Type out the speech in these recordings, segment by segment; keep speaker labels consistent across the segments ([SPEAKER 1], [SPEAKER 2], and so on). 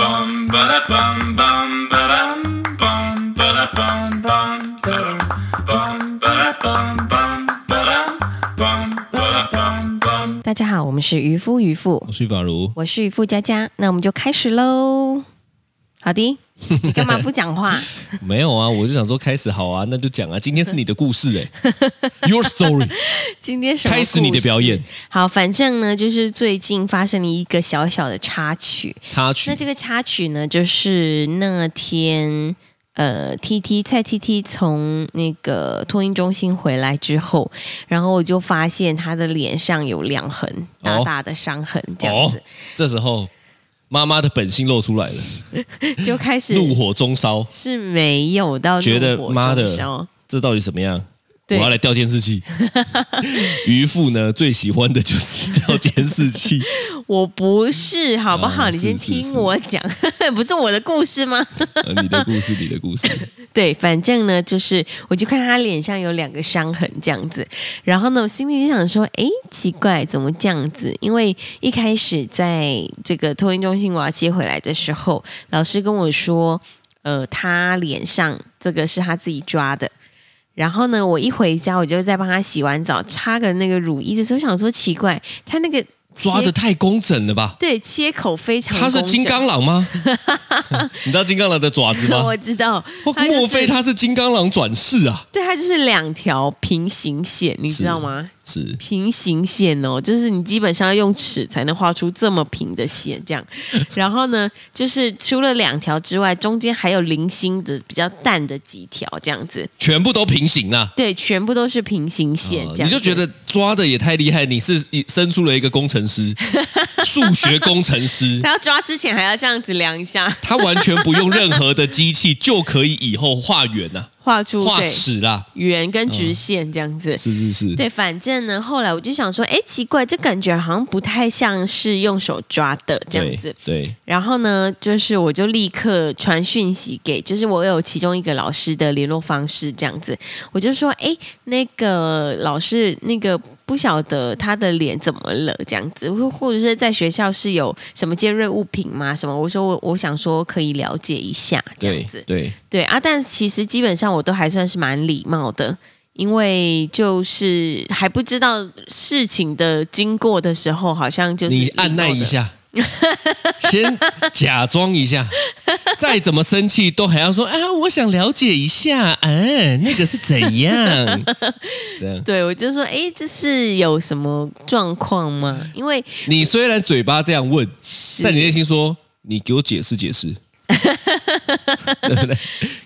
[SPEAKER 1] bum ba da bum bum ba dum bum ba da bum bum ba dum bum ba da bum bum ba dum bum ba da bum bum
[SPEAKER 2] 大家好，我们是渔夫渔妇，
[SPEAKER 3] 我是法如，
[SPEAKER 2] 我是渔夫佳佳，那我们就开始喽。好 的，你干嘛不讲话？
[SPEAKER 3] 没有啊，我就想说开始好啊，那就讲啊，今天是你的故事 哎、y o u r story，
[SPEAKER 2] 今天什么
[SPEAKER 3] 开始你的
[SPEAKER 2] 故事
[SPEAKER 3] 表演。
[SPEAKER 2] 好，反正呢，就是最近发生了一个小小的插曲。
[SPEAKER 3] 插曲
[SPEAKER 2] 那这个插曲呢，就是那天呃，T T 蔡 T T 从那个托运中心回来之后，然后我就发现他的脸上有两痕，大
[SPEAKER 3] 哦
[SPEAKER 2] 大的伤痕，这样子、，
[SPEAKER 3] 这时候妈妈的本性露出来了，
[SPEAKER 2] 就开始
[SPEAKER 3] 怒火中烧，
[SPEAKER 2] 是没有到
[SPEAKER 3] 觉得
[SPEAKER 2] 怒火
[SPEAKER 3] 妈的
[SPEAKER 2] 中烧
[SPEAKER 3] 这到底怎么样？我
[SPEAKER 2] 对
[SPEAKER 3] 要来调监 视器。渔夫呢，最喜欢的就是调监视器。
[SPEAKER 2] 我不是，好不好？
[SPEAKER 3] 哦
[SPEAKER 2] 你先
[SPEAKER 3] 是是
[SPEAKER 2] 听
[SPEAKER 3] 是
[SPEAKER 2] 我讲， 不是我的故事吗？
[SPEAKER 3] 呃你的故事，你的故事，
[SPEAKER 2] 对，反正呢，就是我就看他脸上有两个伤痕这样子，然后呢，我心里就想说，诶，奇怪，怎么这样子？因为一开始在这个托运中心我要接回来的时候，老师跟我说，呃，他脸上这个是他自己抓的。然后呢，我一回家，我就在帮他洗完澡，擦个那个乳液的时候，想说奇怪，他那个
[SPEAKER 3] 抓
[SPEAKER 2] 切
[SPEAKER 3] 的太工整了吧？
[SPEAKER 2] 对切口非常
[SPEAKER 3] 他是
[SPEAKER 2] 工
[SPEAKER 3] 金
[SPEAKER 2] 整
[SPEAKER 3] 刚狼吗？你知道金刚狼的爪子吗
[SPEAKER 2] 我？知道，它就是
[SPEAKER 3] 莫非他是金刚狼转世啊？
[SPEAKER 2] 对，它就是两条平行线，你知
[SPEAKER 3] 是
[SPEAKER 2] 道吗？
[SPEAKER 3] 是，
[SPEAKER 2] 平行线哦，就是你基本上要用尺才能画出这么平的线， 这样。然后呢，就是除了两条之外，中间还有零星的比较淡的几条，这样子。
[SPEAKER 3] 全部都平行啊。
[SPEAKER 2] 对，全部都是平行线，
[SPEAKER 3] 哦
[SPEAKER 2] 这样、
[SPEAKER 3] 你就觉得抓的也太厉害，你是一生出了一个工程 师，数学工程师，
[SPEAKER 2] 他要抓之前还要这样子量一下，
[SPEAKER 3] 他完全不用任何的机器就可以以后画圆呐、
[SPEAKER 2] 画出
[SPEAKER 3] 画
[SPEAKER 2] 对
[SPEAKER 3] 尺嗯啦，
[SPEAKER 2] 圆跟直线这样子。
[SPEAKER 3] 是是是，
[SPEAKER 2] 对，反正呢，后来我就想说，哎，奇怪，这感觉好像不太像是用手抓的这样子。
[SPEAKER 3] 对，对，
[SPEAKER 2] 然后呢，就是我就立刻传讯息给，就是我有其中一个老师的联络方式，这样子，我就说，哎，那个老师，那个不晓得他的脸怎么了，这样子，或或者是在学校是有什么尖锐物品吗？什么？我说我我想说可以了解一下，这样子
[SPEAKER 3] 对，，对，
[SPEAKER 2] 对啊，但其实基本上我都还算是蛮礼貌的，因为就是还不知道事情的经过的时候，好像就是
[SPEAKER 3] 你按耐
[SPEAKER 2] 礼貌的
[SPEAKER 3] 一。 下，先假装一下，再怎么生气都还要说啊，我想了解一下，哎、那个是怎 样？这 样，
[SPEAKER 2] 对，我就说，哎，这是有什么状况吗？因为
[SPEAKER 3] 你虽然嘴巴这样问，
[SPEAKER 2] 是
[SPEAKER 3] 但你内心说，你给我解释解释，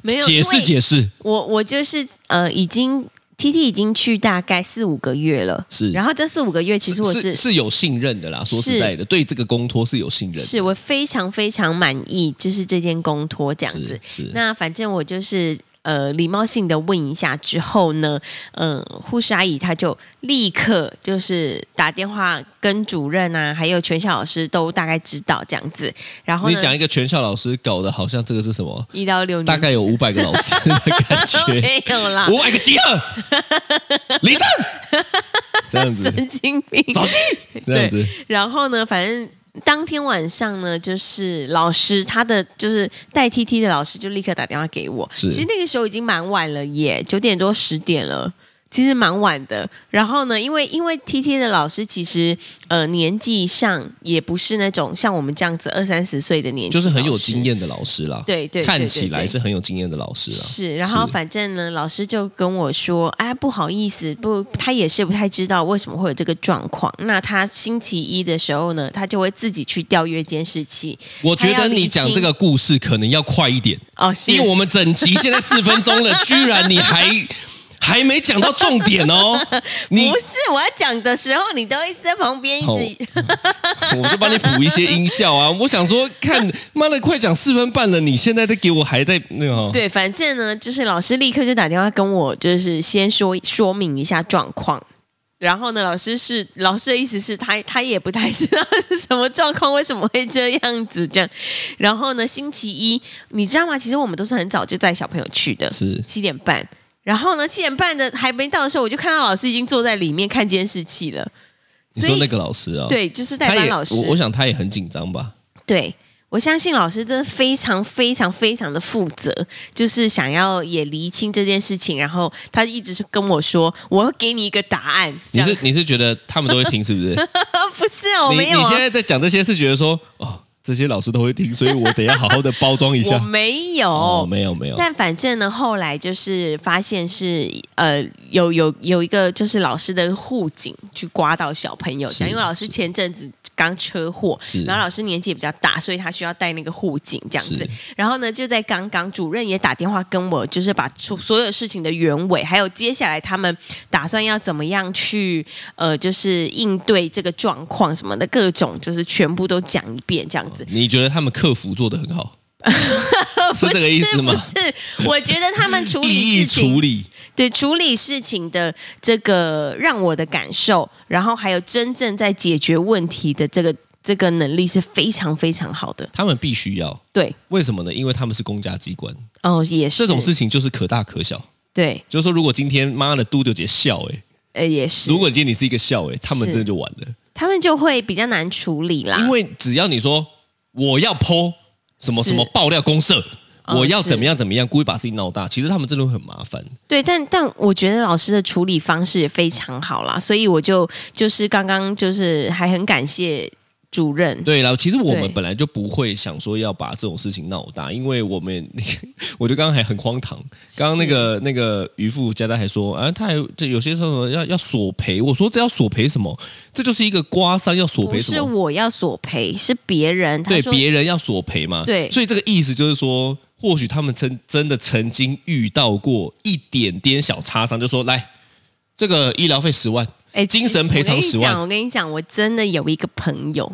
[SPEAKER 2] 没有
[SPEAKER 3] 解
[SPEAKER 2] 因
[SPEAKER 3] 释
[SPEAKER 2] 为
[SPEAKER 3] 解释，
[SPEAKER 2] 我我就是呃，已经 T T 已经去大概四五个月了，
[SPEAKER 3] 是
[SPEAKER 2] 然后这四五个月，其实我
[SPEAKER 3] 是
[SPEAKER 2] 是
[SPEAKER 3] 是有信任的啦。说实在的，对这个公托是有信任的，
[SPEAKER 2] 是我非常非常满意，就是这间公托这样子。
[SPEAKER 3] 是是
[SPEAKER 2] 那反正我就是呃礼貌性的问一下之后呢，嗯、护士阿姨她就立刻就是打电话跟主任啊，还有全校老师都大概知道这样子。然后
[SPEAKER 3] 你
[SPEAKER 2] 呢，
[SPEAKER 3] 讲一个全校老师搞得好像这个是什么，
[SPEAKER 2] 一到六年
[SPEAKER 3] 大概有五百个老师的感 觉，
[SPEAKER 2] 没有啊啦，
[SPEAKER 3] 五百个集 合，立正，这样子，
[SPEAKER 2] 神经病。
[SPEAKER 3] 早起，这样子，
[SPEAKER 2] 然后呢，反正。当天晚上呢，就是老师他的就是带 T T 的老师就立刻打电话给我。
[SPEAKER 3] 是
[SPEAKER 2] 其实那个时候已经蛮晚了耶，九点多十点了，其实蛮晚的。然后呢，因为因为 T T 的老师其实呃年纪上也不是那种像我们这样子二三十岁的年纪，
[SPEAKER 3] 就是很有经。验的老师啦。
[SPEAKER 2] 对对对
[SPEAKER 3] 看
[SPEAKER 2] 对
[SPEAKER 3] 起来
[SPEAKER 2] 对
[SPEAKER 3] 是很啊有经验的老师啦。
[SPEAKER 2] 是，然后
[SPEAKER 3] 是
[SPEAKER 2] 反正呢，老师就跟我说：“哎，不好意思，不，他也是不太知道为什么会有这个状况。那他星期一的时候呢，他就会自己去调阅监视器。
[SPEAKER 3] 我觉
[SPEAKER 2] 他要
[SPEAKER 3] 得
[SPEAKER 2] 理
[SPEAKER 3] 你讲
[SPEAKER 2] 清
[SPEAKER 3] 这个故事可能要快一点，
[SPEAKER 2] 哦，是
[SPEAKER 3] 因为我们整集现在四分钟了，居然你还 还没讲到重 点哦，你
[SPEAKER 2] 不是我要讲的时候，你都一直在旁边一
[SPEAKER 3] 好
[SPEAKER 2] 直。
[SPEAKER 3] 我就帮你补一些音效啊。我想说， 看妈的，快讲四分半了，你现在在给我还在那个哦、
[SPEAKER 2] 对，反正呢，就是老师立刻就打电话跟我，就是先说说明一下状况。然后呢，老师是老师的意思是他他也不太知道是什么状况，为什么会这样子这样。然后呢，星期一你知道吗？其实我们都是很早就带小朋友去的，
[SPEAKER 3] 是
[SPEAKER 2] 七点半。然后呢，七点半的还没到的时候，我就看到老师已经坐在里面看监视器了。
[SPEAKER 3] 你
[SPEAKER 2] 所以
[SPEAKER 3] 说那个老师啊、哦，
[SPEAKER 2] 对，就是代
[SPEAKER 3] 他
[SPEAKER 2] 班
[SPEAKER 3] 也
[SPEAKER 2] 老师，
[SPEAKER 3] 我我想他也很紧张吧。
[SPEAKER 2] 对。我相信老师真的非常非常非常的负责，就是想要也厘清这件事情。然后他一直是跟我说，我会给你一个答案。这
[SPEAKER 3] 你
[SPEAKER 2] 样
[SPEAKER 3] 是你是觉得他们都会听是不是？
[SPEAKER 2] 不是 啊？我
[SPEAKER 3] 你
[SPEAKER 2] 没有
[SPEAKER 3] 你现
[SPEAKER 2] 啊，
[SPEAKER 3] 在在讲这些是觉得说哦，这些老师都会听，所以我得要好好的包装一
[SPEAKER 2] 我
[SPEAKER 3] 下。
[SPEAKER 2] 没有，
[SPEAKER 3] 哦，没有没有，
[SPEAKER 2] 但反正呢，后来就是发现是呃，有有有一个就是老师的护颈去刮到小朋友这样，
[SPEAKER 3] 是
[SPEAKER 2] 因为老师前阵子刚车祸
[SPEAKER 3] 是，
[SPEAKER 2] 然后老师年纪也比较大，所以他需要戴那个护颈这样子
[SPEAKER 3] 是。
[SPEAKER 2] 然后呢，就在刚刚主任也打电话跟我，就是把所所有事情的原委，还有接下来他们打算要怎么样去呃，就是应对这个状况什么的各种，就是全部都讲一遍这样子。
[SPEAKER 3] 你觉得他们客服做的很 好，哦是这个意思吗
[SPEAKER 2] 不？是，不是我觉得他们处
[SPEAKER 3] 意
[SPEAKER 2] 理
[SPEAKER 3] 义
[SPEAKER 2] 事情
[SPEAKER 3] 处理
[SPEAKER 2] 对处理事情的这个让我的感受，然后还有真正在解决问题的这个这个能力是非常非常好的。
[SPEAKER 3] 他们必须要，
[SPEAKER 2] 对，
[SPEAKER 3] 为什么呢？因为他们是公家机关，
[SPEAKER 2] 哦，也是
[SPEAKER 3] 这种事情就是可大可小。
[SPEAKER 2] 对，
[SPEAKER 3] 就是说，如果今天妈的嘟嘟姐笑哎、欸
[SPEAKER 2] 呃，也是
[SPEAKER 3] 如，果今天你是一个笑哎、欸他们真的就完了，
[SPEAKER 2] 他们就会比较难处理啦。
[SPEAKER 3] 因为只要你说我要剖什么
[SPEAKER 2] 是
[SPEAKER 3] 什么爆料公社，
[SPEAKER 2] 哦
[SPEAKER 3] 我要
[SPEAKER 2] 是
[SPEAKER 3] 怎么样怎么样，故意把事情闹大，其实他们真的会很麻烦。
[SPEAKER 2] 对，但但我觉得老师的处理方式也非常好啦，所以我就就是刚刚就是还很感谢主任。
[SPEAKER 3] 对然后其实我们
[SPEAKER 2] 对
[SPEAKER 3] 本来就不会想说要把这种事情闹大，因为我们， 我就刚刚还很荒唐，刚刚那个那个渔夫家他还说啊，他还这有些时候要要索赔，我说这要索赔什么？这就是一个刮伤要索
[SPEAKER 2] 不
[SPEAKER 3] 赔什
[SPEAKER 2] 是
[SPEAKER 3] 么？
[SPEAKER 2] 我要索赔，是别人。他
[SPEAKER 3] 对，
[SPEAKER 2] 说
[SPEAKER 3] 别人要索赔嘛。
[SPEAKER 2] 对
[SPEAKER 3] 所以这个意思就是说，或许他们曾真的曾经遇到过一点点小擦伤，就说来这个医疗费十万，
[SPEAKER 2] 哎，
[SPEAKER 3] 精神
[SPEAKER 2] 其实
[SPEAKER 3] 赔偿10万
[SPEAKER 2] 我跟你讲，我跟你讲，我真的有一个朋友，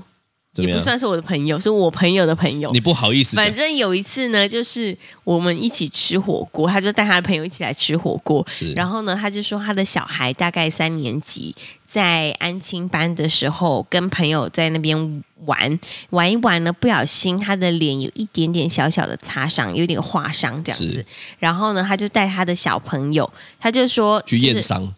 [SPEAKER 3] 怎么
[SPEAKER 2] 也
[SPEAKER 3] 样
[SPEAKER 2] 不？算是我的朋友，是我朋友的朋友
[SPEAKER 3] 你。不好意思讲
[SPEAKER 2] 反，正有一次呢，就是我们一起吃火锅，他就带他的朋友一起来吃火锅
[SPEAKER 3] 是。
[SPEAKER 2] 然后呢，他就说他的小孩大概三年级，在安亲班的时候，跟朋友在那边玩玩一玩呢，不小心他的脸有一点点小小的擦伤，有点划伤这样子
[SPEAKER 3] 是。
[SPEAKER 2] 然后呢，他就带他的小朋友，他就说
[SPEAKER 3] 去
[SPEAKER 2] 就是
[SPEAKER 3] 验伤，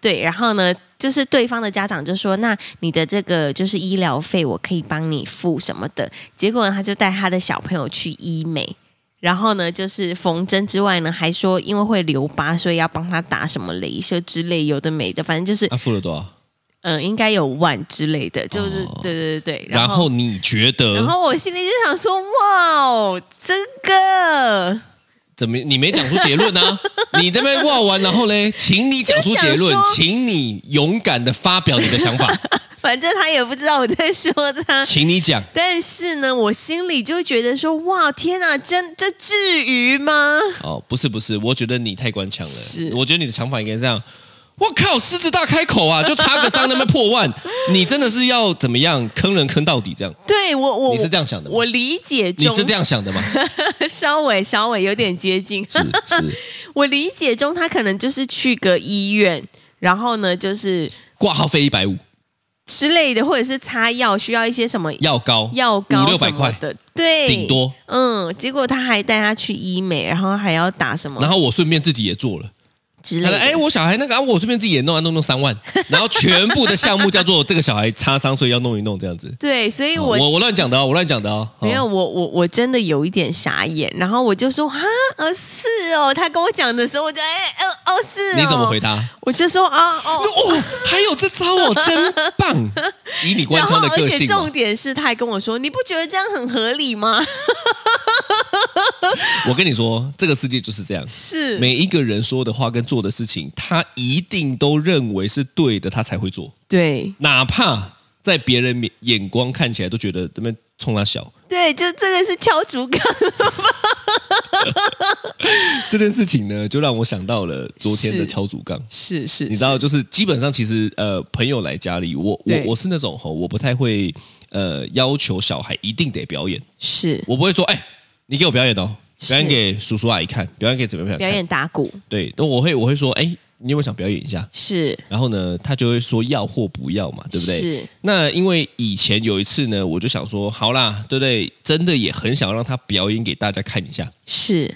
[SPEAKER 2] 对，然后呢，就是对方的家长就说：“那你的这个就是医疗费，我可以帮你付什么的。”结果呢，他就带他的小朋友去医美，然后呢，就是缝针之外呢，还说因为会留疤，所以要帮他打什么镭射之类，有的没的，反正就是
[SPEAKER 3] 他、啊付了多少？
[SPEAKER 2] 嗯、呃应该有万之类的，就是、
[SPEAKER 3] 哦
[SPEAKER 2] 对对对对。
[SPEAKER 3] 然后
[SPEAKER 2] 后，
[SPEAKER 3] 你觉得？
[SPEAKER 2] 然后我心里就想说：“哇哦，这个
[SPEAKER 3] 怎么你没讲出结论 啊？你这边哇完，然后嘞，请你讲出结
[SPEAKER 2] 就
[SPEAKER 3] 论
[SPEAKER 2] 想说，
[SPEAKER 3] 请你勇敢的发表你的 想法，
[SPEAKER 2] 反正他也不知道我在说他。”
[SPEAKER 3] 请你讲。
[SPEAKER 2] 但是呢，我心里就觉得说，哇，天哪，真这至于吗？
[SPEAKER 3] 哦，不是不是，我觉得你太官腔了。
[SPEAKER 2] 是
[SPEAKER 3] 我觉得你的想法应该是这样。我靠，狮子大开口啊，就插个伤那么破 万，你真的是要怎么样坑人坑到底这样？
[SPEAKER 2] 对我，我
[SPEAKER 3] 你是这样想的吗
[SPEAKER 2] 我理解
[SPEAKER 3] 你
[SPEAKER 2] 中，
[SPEAKER 3] 是这样想的吗？
[SPEAKER 2] 样， 稍微稍微有点接近。
[SPEAKER 3] 是是，
[SPEAKER 2] 我理解中，他可能就是去个医院，然后呢，就是
[SPEAKER 3] 挂号费一百五，
[SPEAKER 2] 之类的，或者是擦药需要一些什么
[SPEAKER 3] 药膏
[SPEAKER 2] 药膏
[SPEAKER 3] 五六百
[SPEAKER 2] 什么
[SPEAKER 3] 块，
[SPEAKER 2] 的，对，
[SPEAKER 3] 顶多。
[SPEAKER 2] 嗯，结果他还带他去医美，然后还要打什
[SPEAKER 3] 然
[SPEAKER 2] 么
[SPEAKER 3] 后我顺便自己也做了。
[SPEAKER 2] 之
[SPEAKER 3] 他
[SPEAKER 2] 类的。
[SPEAKER 3] 说哎，我小孩那个，啊我顺便自己也弄啊，弄弄三 万，然后全部的项目叫做这个小孩擦伤，所以要弄一弄这样子。
[SPEAKER 2] 对，所以
[SPEAKER 3] 哦
[SPEAKER 2] 我
[SPEAKER 3] 我我乱讲的哦，我乱讲的哦。哦
[SPEAKER 2] 没有，，我我我真的有一点傻眼，然后我就说哈，呃是哦，他跟我讲的时候，我就哎呃哦是哦，
[SPEAKER 3] 你怎么回？答？
[SPEAKER 2] 我就说啊哦，
[SPEAKER 3] 哦，还有这招哦，真 棒！以你官
[SPEAKER 2] 然
[SPEAKER 3] 腔
[SPEAKER 2] 后
[SPEAKER 3] 的
[SPEAKER 2] 而
[SPEAKER 3] 个
[SPEAKER 2] 且
[SPEAKER 3] 性
[SPEAKER 2] 重
[SPEAKER 3] 哦，
[SPEAKER 2] 点是他还跟我说，你不觉得这样很合理吗？
[SPEAKER 3] 我跟你说，这个世界就是这样，
[SPEAKER 2] 是，
[SPEAKER 3] 每一个人说的话跟做的事情，他一定都认为是对的，他才会做，
[SPEAKER 2] 对
[SPEAKER 3] 哪怕在别人眼眼光看起来都觉得这边冲他笑，
[SPEAKER 2] 对，就这个是敲竹 杠，
[SPEAKER 3] 这件事情呢，就让我想到了昨天的
[SPEAKER 2] 是
[SPEAKER 3] 敲竹杠。
[SPEAKER 2] 是是
[SPEAKER 3] 你知道，就是基本上其实呃，朋友来家里，我我
[SPEAKER 2] 对
[SPEAKER 3] 我是那种吼，我不太会呃要求小孩一定得表演，
[SPEAKER 2] 是
[SPEAKER 3] 我不会说哎、你给我表演哦，
[SPEAKER 2] 是
[SPEAKER 3] 表演给叔叔阿姨看，表演给怎么样
[SPEAKER 2] 表演打鼓
[SPEAKER 3] 对，那我会我会说哎、你有没有想表演一下？
[SPEAKER 2] 是
[SPEAKER 3] 然后呢，他就会说要或不要嘛，对不对？
[SPEAKER 2] 是
[SPEAKER 3] 那因为以前有一次呢，我就想说，好啦，对不对？真的也很想让他表演给大家看一下，
[SPEAKER 2] 是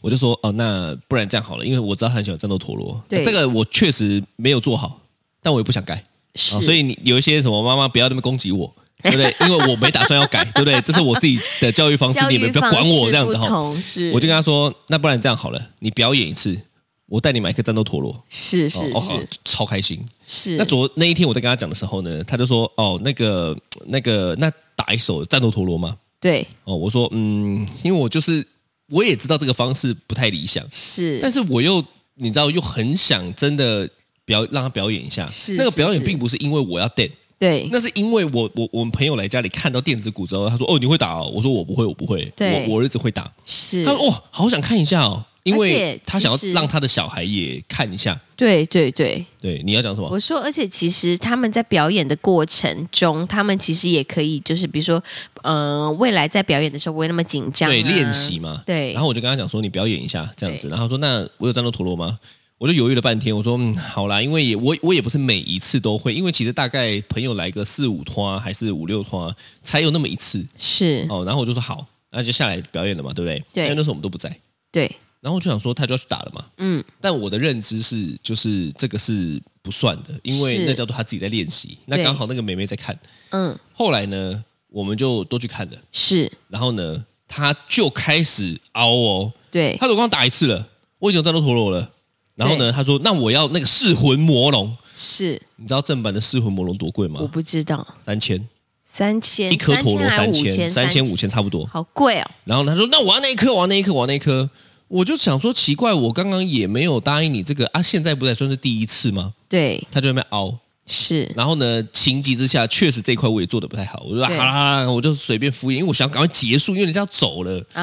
[SPEAKER 3] 我就说哦，那不然这样好了，因为我知道他很喜欢战斗陀螺，
[SPEAKER 2] 对
[SPEAKER 3] 这个我确实没有做好，但我也不想改。
[SPEAKER 2] 是，
[SPEAKER 3] 啊，所以你有一些什么妈妈不要那么攻击我，对不对？因为我没打算要改，对不对？这是我自己的教育方式，
[SPEAKER 2] 教
[SPEAKER 3] 你们
[SPEAKER 2] 育
[SPEAKER 3] 不要
[SPEAKER 2] 方
[SPEAKER 3] 管我
[SPEAKER 2] 式
[SPEAKER 3] 这样子
[SPEAKER 2] 不
[SPEAKER 3] 哈。
[SPEAKER 2] 同是，
[SPEAKER 3] 我就跟他说，那不然这样好了，你表演一次，我带你买一颗战斗陀螺。
[SPEAKER 2] 是
[SPEAKER 3] 哦
[SPEAKER 2] 是
[SPEAKER 3] 哦哦
[SPEAKER 2] 是
[SPEAKER 3] 超开心。
[SPEAKER 2] 是，
[SPEAKER 3] 那昨那一天我在跟他讲的时候呢，他就说：“哦，那个那个，那打一手战斗陀螺吗
[SPEAKER 2] 对？”
[SPEAKER 3] 哦，我说：“嗯，因为我就是我也知道这个方式不太理想，
[SPEAKER 2] 是，
[SPEAKER 3] 但是我又你知道又很想真的表让他表演一下。
[SPEAKER 2] 是
[SPEAKER 3] 那个表
[SPEAKER 2] 是
[SPEAKER 3] 演
[SPEAKER 2] 是
[SPEAKER 3] 并不是因为我要电，
[SPEAKER 2] 对
[SPEAKER 3] 那是因为我我我们朋友来家里看到电子鼓之后，他说：‘哦，你会打、哦？’我说：‘我不会，我不会，
[SPEAKER 2] 对
[SPEAKER 3] 我我儿子会打。’
[SPEAKER 2] 是
[SPEAKER 3] 他，说：‘哦，好想看一下哦，因
[SPEAKER 2] 而
[SPEAKER 3] 为
[SPEAKER 2] 且
[SPEAKER 3] 他想要
[SPEAKER 2] 其实
[SPEAKER 3] 让他的小孩也看一下。
[SPEAKER 2] 对对对。
[SPEAKER 3] 对，你要讲什么？
[SPEAKER 2] 我说，而且其实他们在表演的过程中，他们其实也可以，就是比如说，呃，未来在表演的时候不会那么紧张、
[SPEAKER 3] 对，练习。嘛。
[SPEAKER 2] 啊对
[SPEAKER 3] 然后我就跟他讲说，你表演一下这样子。
[SPEAKER 2] 对
[SPEAKER 3] 然后他说，那我有战斗陀螺吗？我就犹豫了半天，我说，嗯，好啦，因为也我我也不是每一次都会，因为其实大概朋友来个四五拖还是五六拖才有那么一次
[SPEAKER 2] 是，
[SPEAKER 3] 哦。然后我就说好，那就下来表演了嘛，对不对？
[SPEAKER 2] 对
[SPEAKER 3] 因为那时候我们都不在，
[SPEAKER 2] 对，
[SPEAKER 3] 然后我就想说他就要去打了嘛。
[SPEAKER 2] 嗯，
[SPEAKER 3] 但我的认知是，就是这个是不算的，因为
[SPEAKER 2] 是
[SPEAKER 3] 那叫做他自己在练习。那
[SPEAKER 2] 对
[SPEAKER 3] 刚好那个妹妹在看。
[SPEAKER 2] 嗯，
[SPEAKER 3] 后来呢，我们就都去看了，
[SPEAKER 2] 是，
[SPEAKER 3] 然后呢，他就开始凹哦。
[SPEAKER 2] 对，
[SPEAKER 3] 他总共打一次了，我已经有战斗陀螺了。然后呢，他说：“那我要那个噬魂魔龙，
[SPEAKER 2] 是，
[SPEAKER 3] 你知道正版的噬魂魔龙多贵
[SPEAKER 2] 我
[SPEAKER 3] 吗？
[SPEAKER 2] 不知道，
[SPEAKER 3] 三千，
[SPEAKER 2] 三千，
[SPEAKER 3] 一颗陀螺
[SPEAKER 2] 三千
[SPEAKER 3] 三
[SPEAKER 2] 还
[SPEAKER 3] 千，
[SPEAKER 2] 五
[SPEAKER 3] 三千
[SPEAKER 2] 千
[SPEAKER 3] 五，千差不多。
[SPEAKER 2] 好贵哦。
[SPEAKER 3] 然后他说：那我要那一颗，我要那一颗，我要那一颗。我就想说奇怪，我刚刚也没有答应你这个啊，现在不才算是第一次吗？
[SPEAKER 2] 对，
[SPEAKER 3] 他就在那边凹。
[SPEAKER 2] 是，
[SPEAKER 3] 然后呢，情急之下，确实这一块我也做的不太好，我就说
[SPEAKER 2] 对
[SPEAKER 3] 好啦好啦，我就随便敷衍，因为我想赶快结束，因为人家要走了。那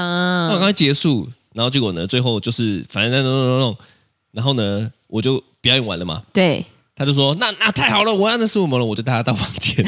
[SPEAKER 2] 嗯，
[SPEAKER 3] 我刚才结束，然后结果呢，最后就是反正弄弄弄弄，然后呢，我就表演完了嘛，
[SPEAKER 2] 对，
[SPEAKER 3] 他就说那那太好了，我要那十五毛了，我就带他到房 间，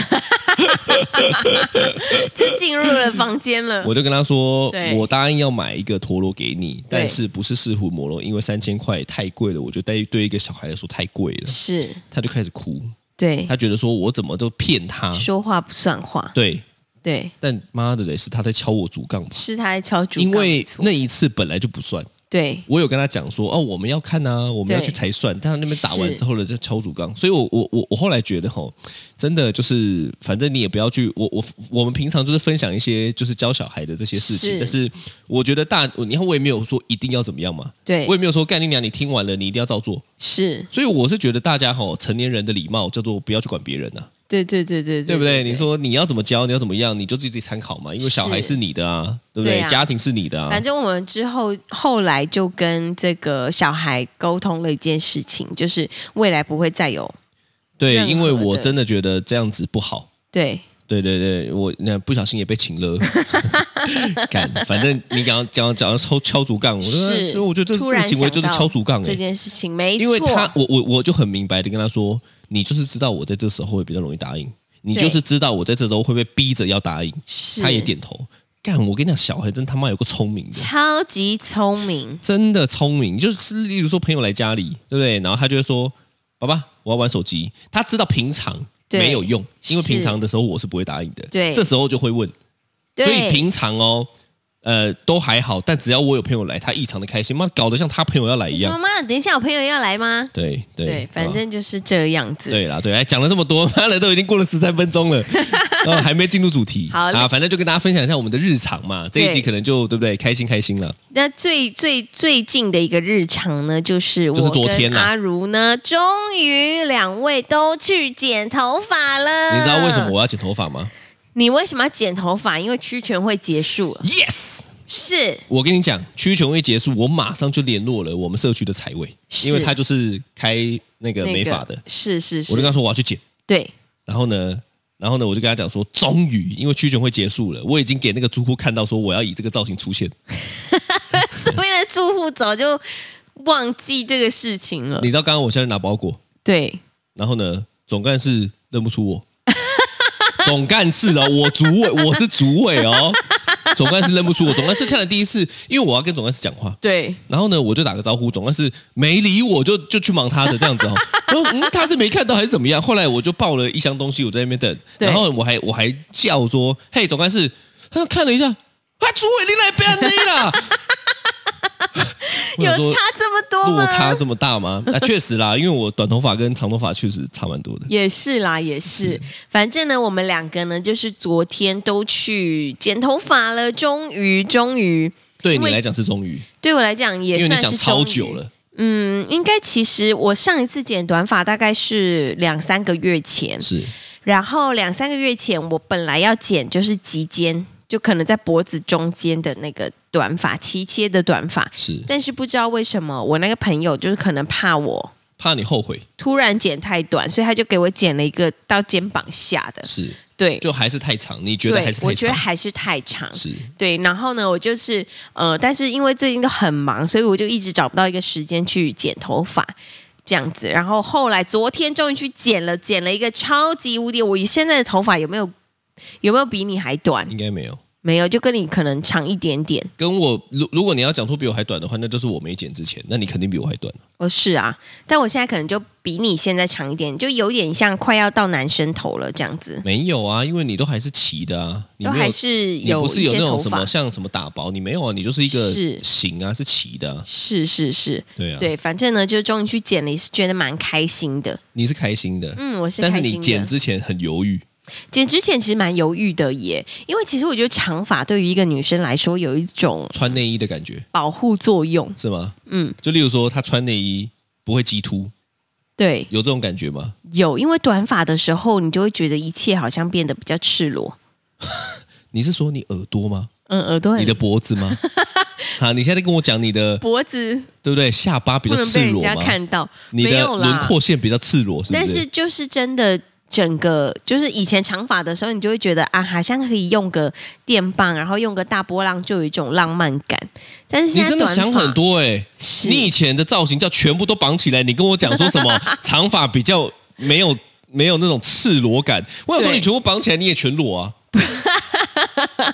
[SPEAKER 2] 就进入了房间了。
[SPEAKER 3] 我就跟他说
[SPEAKER 2] 对
[SPEAKER 3] 我答应要买一个陀螺给你，但
[SPEAKER 2] 对
[SPEAKER 3] 是不是四虎摩罗，因为三千块太贵了，我觉得对对一个小孩来说太贵了，
[SPEAKER 2] 是，
[SPEAKER 3] 他就开始哭，
[SPEAKER 2] 对，
[SPEAKER 3] 他觉啊得说我怎么都骗他，
[SPEAKER 2] 说话不算话，
[SPEAKER 3] 对，
[SPEAKER 2] 对，
[SPEAKER 3] 但妈的嘞，是他在敲我竹杠吧。
[SPEAKER 2] 是他在敲竹
[SPEAKER 3] 因
[SPEAKER 2] 杠没
[SPEAKER 3] 为
[SPEAKER 2] 错，
[SPEAKER 3] 那一次本来就不算，
[SPEAKER 2] 对，
[SPEAKER 3] 我有跟他讲说，哦，我们要看啊，我们要
[SPEAKER 2] 对
[SPEAKER 3] 去才算。但他那边打完
[SPEAKER 2] 是
[SPEAKER 3] 之后呢，就敲竹杠。所以我，我我我后来觉得吼，真的就是，反正你也不要去，我我我们平常就是分享一些就是教小孩的这些事情，
[SPEAKER 2] 是
[SPEAKER 3] 但是我觉得大，你看我也没有说一定要怎么样嘛，
[SPEAKER 2] 对
[SPEAKER 3] 我也没有说干你娘，你听完了你一定要照做。
[SPEAKER 2] 是，
[SPEAKER 3] 所以我是觉得大家吼，成年人的礼貌叫做不要去管别人啊，
[SPEAKER 2] 对对对对
[SPEAKER 3] 对不对？
[SPEAKER 2] 对？
[SPEAKER 3] 你说你要怎么教，你要怎么样，你就自己自己参考嘛，因为小孩
[SPEAKER 2] 是
[SPEAKER 3] 是你的啊，对不对？
[SPEAKER 2] 对啊
[SPEAKER 3] 家庭是你的啊
[SPEAKER 2] 反。正我们之后后来就跟这个小孩沟通了一件事情，就是未来不会再有任
[SPEAKER 3] 对，
[SPEAKER 2] 何
[SPEAKER 3] 因为我
[SPEAKER 2] 的
[SPEAKER 3] 真的觉得这样子不好。
[SPEAKER 2] 对
[SPEAKER 3] 对对对，我那不小心也被请了， 干，反正你讲讲讲到敲敲竹杠，我
[SPEAKER 2] 是
[SPEAKER 3] 就就我觉得这
[SPEAKER 2] 突
[SPEAKER 3] 这个
[SPEAKER 2] 然
[SPEAKER 3] 行为就是
[SPEAKER 2] 想到
[SPEAKER 3] 敲竹杠哎、
[SPEAKER 2] 这件事情，没错，
[SPEAKER 3] 因为他我我我就很明白的跟他说，你就是知道我在这时候会比较容易答应，你
[SPEAKER 2] 对
[SPEAKER 3] 就是知道我在这时候会被逼着要答应，
[SPEAKER 2] 是
[SPEAKER 3] 他也点头，干，我跟你讲，小孩真他妈有个聪明的。
[SPEAKER 2] 超级聪明，
[SPEAKER 3] 真的聪明，就是例如说朋友来家里，对不对？然后他就会说：“爸爸，我要玩手机。”他知道平常
[SPEAKER 2] 对
[SPEAKER 3] 没有用，因为
[SPEAKER 2] 是
[SPEAKER 3] 平常的时候我是不会答应的。
[SPEAKER 2] 对
[SPEAKER 3] 这时候就会问。
[SPEAKER 2] 对，
[SPEAKER 3] 所以平常哦，呃，都还好，但只要我有朋友来，他异常的开心，妈搞得像他朋友要来一
[SPEAKER 2] 你说
[SPEAKER 3] 样。
[SPEAKER 2] 妈，等一下我朋友要来吗？
[SPEAKER 3] 对对
[SPEAKER 2] 对，
[SPEAKER 3] 好
[SPEAKER 2] 反
[SPEAKER 3] 吧
[SPEAKER 2] 正就是这样子。
[SPEAKER 3] 对啦，对，哎，讲了这么多， 妈的，都已经过了十三分钟 了，呃，还没进入主题。
[SPEAKER 2] 好
[SPEAKER 3] 啊，反正就跟大家分享一下我们的日常嘛。这一
[SPEAKER 2] 对
[SPEAKER 3] 集可能就对不对？开心开心了。
[SPEAKER 2] 那最最最近的一个日常呢，就是
[SPEAKER 3] 就是
[SPEAKER 2] 我
[SPEAKER 3] 昨天啊
[SPEAKER 2] 跟
[SPEAKER 3] 啦
[SPEAKER 2] 阿如呢，终于两位都去剪头发了。
[SPEAKER 3] 你知道为什么？我要剪头发吗
[SPEAKER 2] 你为什么要剪头发？因为区全会结束了。
[SPEAKER 3] ？Yes。
[SPEAKER 2] 是
[SPEAKER 3] 我跟你讲，区全会结束，我马上就联络了我们社区的财委，
[SPEAKER 2] 是
[SPEAKER 3] 因为他就是开那个
[SPEAKER 2] 那个
[SPEAKER 3] 美发的，
[SPEAKER 2] 是是
[SPEAKER 3] 我就跟他
[SPEAKER 2] 是，
[SPEAKER 3] 说我要去剪，
[SPEAKER 2] 对
[SPEAKER 3] 然后呢，然后呢，我就跟他讲说，终于，因为区全会结束了，我已经给那个租户看到说我要以这个造型出现，
[SPEAKER 2] 所以呢，住户早就忘记这个事情了
[SPEAKER 3] 你。知道刚刚我现在拿包裹，
[SPEAKER 2] 对，
[SPEAKER 3] 然后呢，总干事认不出我， 总干事哦，我主委，我是主委哦，总干事认不出我，总干事看了第一次，因为我要跟总干事讲话，
[SPEAKER 2] 对，
[SPEAKER 3] 然后呢，我就打个招呼，总算是没理我就，就去忙他的这样 子哦。然后、嗯、他是没看到还是怎么样？后来我就抱了一箱东西，我在那边等，
[SPEAKER 2] 对
[SPEAKER 3] 然后我还我还叫说：“嘿，总干事！”他看了一下，啊，主委你来变你啦！我想 说
[SPEAKER 2] 有差这么多吗？
[SPEAKER 3] 落差这么大吗？啊，确实啦，因为我短头发跟长头发确实差蛮多的。
[SPEAKER 2] 也是啦，也是。反正呢，我们两个呢，就是昨天都去剪头发了，终于，终于。
[SPEAKER 3] 对
[SPEAKER 2] 因
[SPEAKER 3] 你
[SPEAKER 2] 为
[SPEAKER 3] 来讲是终于，
[SPEAKER 2] 对我来讲也
[SPEAKER 3] 因为你
[SPEAKER 2] 算
[SPEAKER 3] 讲
[SPEAKER 2] 是终
[SPEAKER 3] 超
[SPEAKER 2] 于
[SPEAKER 3] 久。了，
[SPEAKER 2] 嗯，应该其实我上一次剪短发大概是两三个月前，
[SPEAKER 3] 是
[SPEAKER 2] 然后两三个月前我本来要剪就是及肩，就可能在脖子中间的那个短发，齐切的短发。
[SPEAKER 3] 是，
[SPEAKER 2] 但是不知道为什么，我那个朋友就是可能怕我
[SPEAKER 3] 怕你后悔，
[SPEAKER 2] 突然剪太短，所以他就给我剪了一个到肩膀下的。
[SPEAKER 3] 是
[SPEAKER 2] 对，
[SPEAKER 3] 就还是太长，你觉得
[SPEAKER 2] 对，
[SPEAKER 3] 还是
[SPEAKER 2] 我
[SPEAKER 3] 太
[SPEAKER 2] 觉得
[SPEAKER 3] 长，
[SPEAKER 2] 还是太长。
[SPEAKER 3] 是
[SPEAKER 2] 对，然后呢，我就是呃，但是因为最近都很忙，所以我就一直找不到一个时间去剪头发。这样子，然后后来昨天终于去剪了，剪了一个超级无敌。我现在的头发有没有有没有比你还短？
[SPEAKER 3] 应该没有。
[SPEAKER 2] 没有，就跟你可能长一点点。
[SPEAKER 3] 跟我如如果你要讲出比我还短的话，那就是我没剪之前，那你肯定比我还短。
[SPEAKER 2] 哦，是啊，但我现在可能就比你现在长一点，就有点像快要到男生头了这样子，
[SPEAKER 3] 没有啊，因为你都还是齐的啊，你
[SPEAKER 2] 都
[SPEAKER 3] 没
[SPEAKER 2] 还
[SPEAKER 3] 有。
[SPEAKER 2] 是
[SPEAKER 3] 你
[SPEAKER 2] 有
[SPEAKER 3] 不
[SPEAKER 2] 一
[SPEAKER 3] 是有
[SPEAKER 2] 些
[SPEAKER 3] 那
[SPEAKER 2] 头
[SPEAKER 3] 种什
[SPEAKER 2] 发
[SPEAKER 3] 么。像什么打薄，你没有啊，你就是一个
[SPEAKER 2] 是
[SPEAKER 3] 型啊，是齐的、啊，
[SPEAKER 2] 是是是，
[SPEAKER 3] 对啊，
[SPEAKER 2] 对，反正呢，就终于去剪了，也是觉得蛮开心的。
[SPEAKER 3] 你是开心的，
[SPEAKER 2] 嗯，我是
[SPEAKER 3] 但是
[SPEAKER 2] 开
[SPEAKER 3] 你
[SPEAKER 2] 心
[SPEAKER 3] 剪
[SPEAKER 2] 的。
[SPEAKER 3] 之前很犹豫，
[SPEAKER 2] 剪之前其实蛮犹豫的耶，因为其实我觉得长发对于一个女生来说有一种
[SPEAKER 3] 穿内衣的感觉
[SPEAKER 2] 保护作用。
[SPEAKER 3] 是吗？
[SPEAKER 2] 嗯，
[SPEAKER 3] 就例如说，她穿内衣不会激突，
[SPEAKER 2] 对，
[SPEAKER 3] 有这种感觉吗？
[SPEAKER 2] 有，因为短发的时候，你就会觉得一切好像变得比较赤裸。
[SPEAKER 3] 你是说你耳朵吗？
[SPEAKER 2] 嗯，耳朵很
[SPEAKER 3] 你的脖子 吗？啊，你现在跟我讲你的
[SPEAKER 2] 脖子
[SPEAKER 3] 对不对？下巴比
[SPEAKER 2] 不
[SPEAKER 3] 较
[SPEAKER 2] 能被
[SPEAKER 3] 赤
[SPEAKER 2] 人
[SPEAKER 3] 裸
[SPEAKER 2] 家
[SPEAKER 3] 吗？
[SPEAKER 2] 看到，
[SPEAKER 3] 你
[SPEAKER 2] 没
[SPEAKER 3] 的
[SPEAKER 2] 有啦
[SPEAKER 3] 轮廓线比较赤裸，是不
[SPEAKER 2] 但是就是真的。整个就是以前长发的时候，你就会觉得啊，好像可以用个电棒，然后用个大波浪，就有一种浪漫感。但是
[SPEAKER 3] 你
[SPEAKER 2] 现在
[SPEAKER 3] 真的
[SPEAKER 2] 短发
[SPEAKER 3] 想很多哎、
[SPEAKER 2] 是
[SPEAKER 3] 你以前的造型叫全部都绑起来，你跟我讲说什么 长发比较没有没有那种赤裸感？我想说
[SPEAKER 2] 对
[SPEAKER 3] 你全部绑起来你也全裸 啊，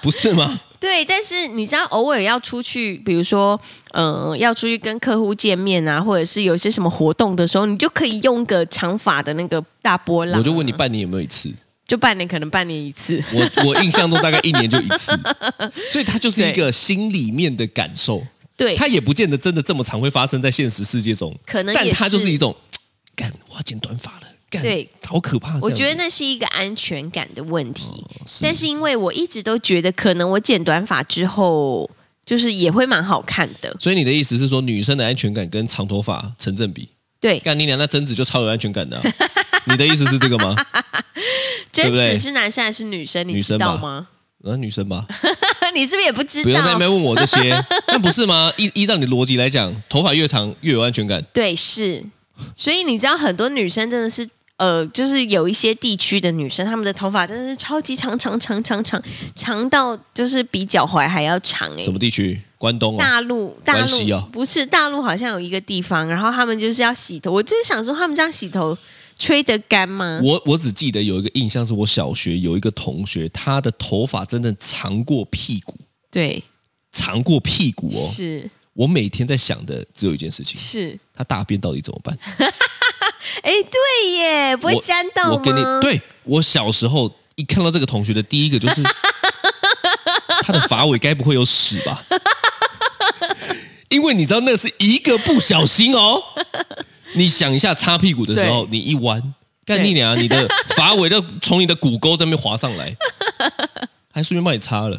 [SPEAKER 3] 不是吗？
[SPEAKER 2] 对，但是你知道，偶尔要出去，比如说，呃，要出去跟客户见面啊，或者是有一些什么活动的时候，你就可以用个长发的那个大波浪啊。
[SPEAKER 3] 我就问你半年有没有一次？
[SPEAKER 2] 就半年，可能半年一次。
[SPEAKER 3] 我我印象中大概一年就一 次，所以它就是一个心里面的感受，
[SPEAKER 2] 对，
[SPEAKER 3] 它也不见得真的这么常会发生在现实世界中，
[SPEAKER 2] 可能也
[SPEAKER 3] 但它就是
[SPEAKER 2] 是
[SPEAKER 3] 一种干，我要剪短发了，干，
[SPEAKER 2] 对，
[SPEAKER 3] 好可怕。
[SPEAKER 2] 我
[SPEAKER 3] 这样子哦
[SPEAKER 2] 觉得那是一个安全感的问题。
[SPEAKER 3] 是
[SPEAKER 2] 但是因为我一直都觉得，可能我剪短发之后，就是也会蛮好看的。
[SPEAKER 3] 所以你的意思是说，女生的安全感跟长头发成正比？
[SPEAKER 2] 对，
[SPEAKER 3] 干你娘，那贞子就超有安 全感的啊、你的意思是这个吗？
[SPEAKER 2] 贞
[SPEAKER 3] 对不对
[SPEAKER 2] 子是男生还是女生？你
[SPEAKER 3] 女
[SPEAKER 2] 知
[SPEAKER 3] 生
[SPEAKER 2] 道
[SPEAKER 3] 吧
[SPEAKER 2] 吗？
[SPEAKER 3] 啊，女生吧，
[SPEAKER 2] 你是不是也不知
[SPEAKER 3] 不用在那
[SPEAKER 2] 道？
[SPEAKER 3] 边问我这些，那不是吗？依依照你的逻辑来讲，头发越长越有安全感。
[SPEAKER 2] 对，是。所以你知道，很多女生真的是，呃，就是有一些地区的女生，她们的头发真的是超级长，长，长，长，长，长到就是比脚踝还要长哎、
[SPEAKER 3] 什么地区？关东啊，
[SPEAKER 2] 大陆，大
[SPEAKER 3] 关西
[SPEAKER 2] 陆、
[SPEAKER 3] 哦
[SPEAKER 2] 不是大陆，好像有一个地方，然后他们就是要洗头。我就是想说，他们这样洗头吹得干吗？
[SPEAKER 3] 我我只记得有一个印象，是我小学有一个同学，他的头发真的长过屁股，
[SPEAKER 2] 对，
[SPEAKER 3] 长过屁股哦。
[SPEAKER 2] 是
[SPEAKER 3] 我每天在想的只有一件事情，
[SPEAKER 2] 是，
[SPEAKER 3] 他大便到底怎么办？
[SPEAKER 2] 哎，对耶，不会
[SPEAKER 3] 我
[SPEAKER 2] 沾到
[SPEAKER 3] 我跟你
[SPEAKER 2] 吗？，
[SPEAKER 3] 对我小时候一看到这个同学的第一个就是 他的发尾该不会有屎吧？因为你知道那是一个不小心哦。你想一下，擦屁股的时候，你一弯，干
[SPEAKER 2] 对
[SPEAKER 3] 你娘，你的发尾就从你的骨沟这边滑 上来，还顺便帮你擦了。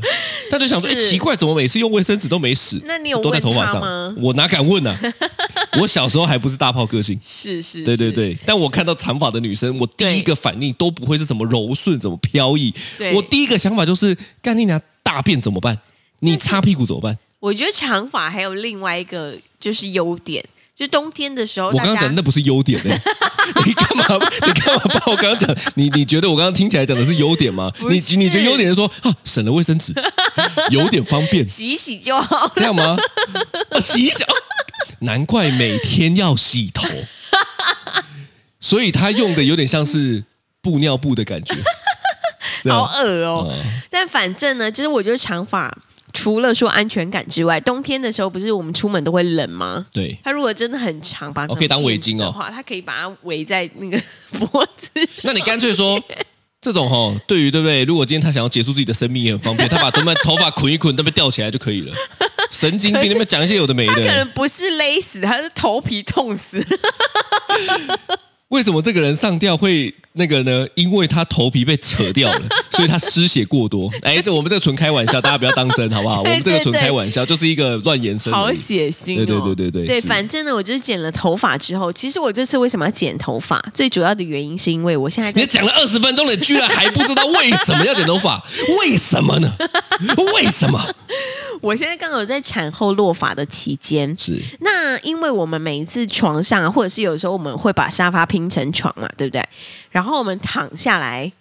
[SPEAKER 3] 他就想说，哎、
[SPEAKER 2] 是
[SPEAKER 3] 奇怪，怎么每次用卫生纸都没屎？
[SPEAKER 2] 那你有
[SPEAKER 3] 都在头发
[SPEAKER 2] 问他
[SPEAKER 3] 上
[SPEAKER 2] 吗？
[SPEAKER 3] 我哪敢问啊！ 我小时候还不是大炮个性，
[SPEAKER 2] 是是，
[SPEAKER 3] 对对
[SPEAKER 2] 是，
[SPEAKER 3] 对，但我看到长发的女生，我第一个反应都不会是怎么柔顺、怎么飘逸
[SPEAKER 2] 对，
[SPEAKER 3] 我第一个想法就是干你娘大便怎么办？你擦屁股怎么办？
[SPEAKER 2] 我觉得长发还有另外一个就是优点，就是冬天的时候，
[SPEAKER 3] 我
[SPEAKER 2] 哦
[SPEAKER 3] 刚
[SPEAKER 2] 大
[SPEAKER 3] 刚
[SPEAKER 2] 家
[SPEAKER 3] 讲那不是优 点呢、你干嘛？你干嘛把我刚刚讲？你你觉得我刚刚听起来讲的是优点吗？
[SPEAKER 2] 不
[SPEAKER 3] 你
[SPEAKER 2] 是
[SPEAKER 3] 你觉得优点是说啊，省了卫生纸，有点方便，
[SPEAKER 2] 洗一洗就好。
[SPEAKER 3] 这样吗？ 啊、洗一下、哦，难怪每天要洗 头，所以他用的有点像是布尿布的感 觉，这样
[SPEAKER 2] 好恶哦！
[SPEAKER 3] 嗯
[SPEAKER 2] 但反正呢，就是我觉得长发除了说安全感之外，冬天的时候不是我们出门都会冷吗？
[SPEAKER 3] 对，
[SPEAKER 2] 它如果真的很长，把它
[SPEAKER 3] 哦可以当围巾哦
[SPEAKER 2] 的话，它可以把它围在那个 脖子上。
[SPEAKER 3] 那你干脆说这种哈、对于对不对？如果今天他想要结束自己的生命也很方便，他把头发头发捆一捆，那边吊起来就可以了。神经病，
[SPEAKER 2] 可是
[SPEAKER 3] 你们讲一些有的没
[SPEAKER 2] 他可能
[SPEAKER 3] 的。
[SPEAKER 2] 不是勒死，他是头皮痛死。
[SPEAKER 3] 为什么这个人上吊会那个呢？因为他头皮被扯 掉了，所以他失血过多。哎，这我们这个纯开玩笑，大家不要当真，好不好？我
[SPEAKER 2] 哎对
[SPEAKER 3] 们这个纯
[SPEAKER 2] 对对
[SPEAKER 3] 开玩笑，就是一个乱延伸
[SPEAKER 2] 好
[SPEAKER 3] 而已。
[SPEAKER 2] 血腥、哦！
[SPEAKER 3] 对对对对对
[SPEAKER 2] 对，
[SPEAKER 3] 是
[SPEAKER 2] 反正呢，我就是剪了头发之后，其实我这次为什么要剪头发，最主要的原因是因为我现在在
[SPEAKER 3] 你讲了二十分钟了，你居然还不知道为什么要剪 头发？为什么呢？为什么？
[SPEAKER 2] 我现在刚好在产后落发的期间。
[SPEAKER 3] 是
[SPEAKER 2] 那因为我们每一次床上啊，或者是有时候我们会把沙发拼成床嘛，对不对？然后我们躺下来，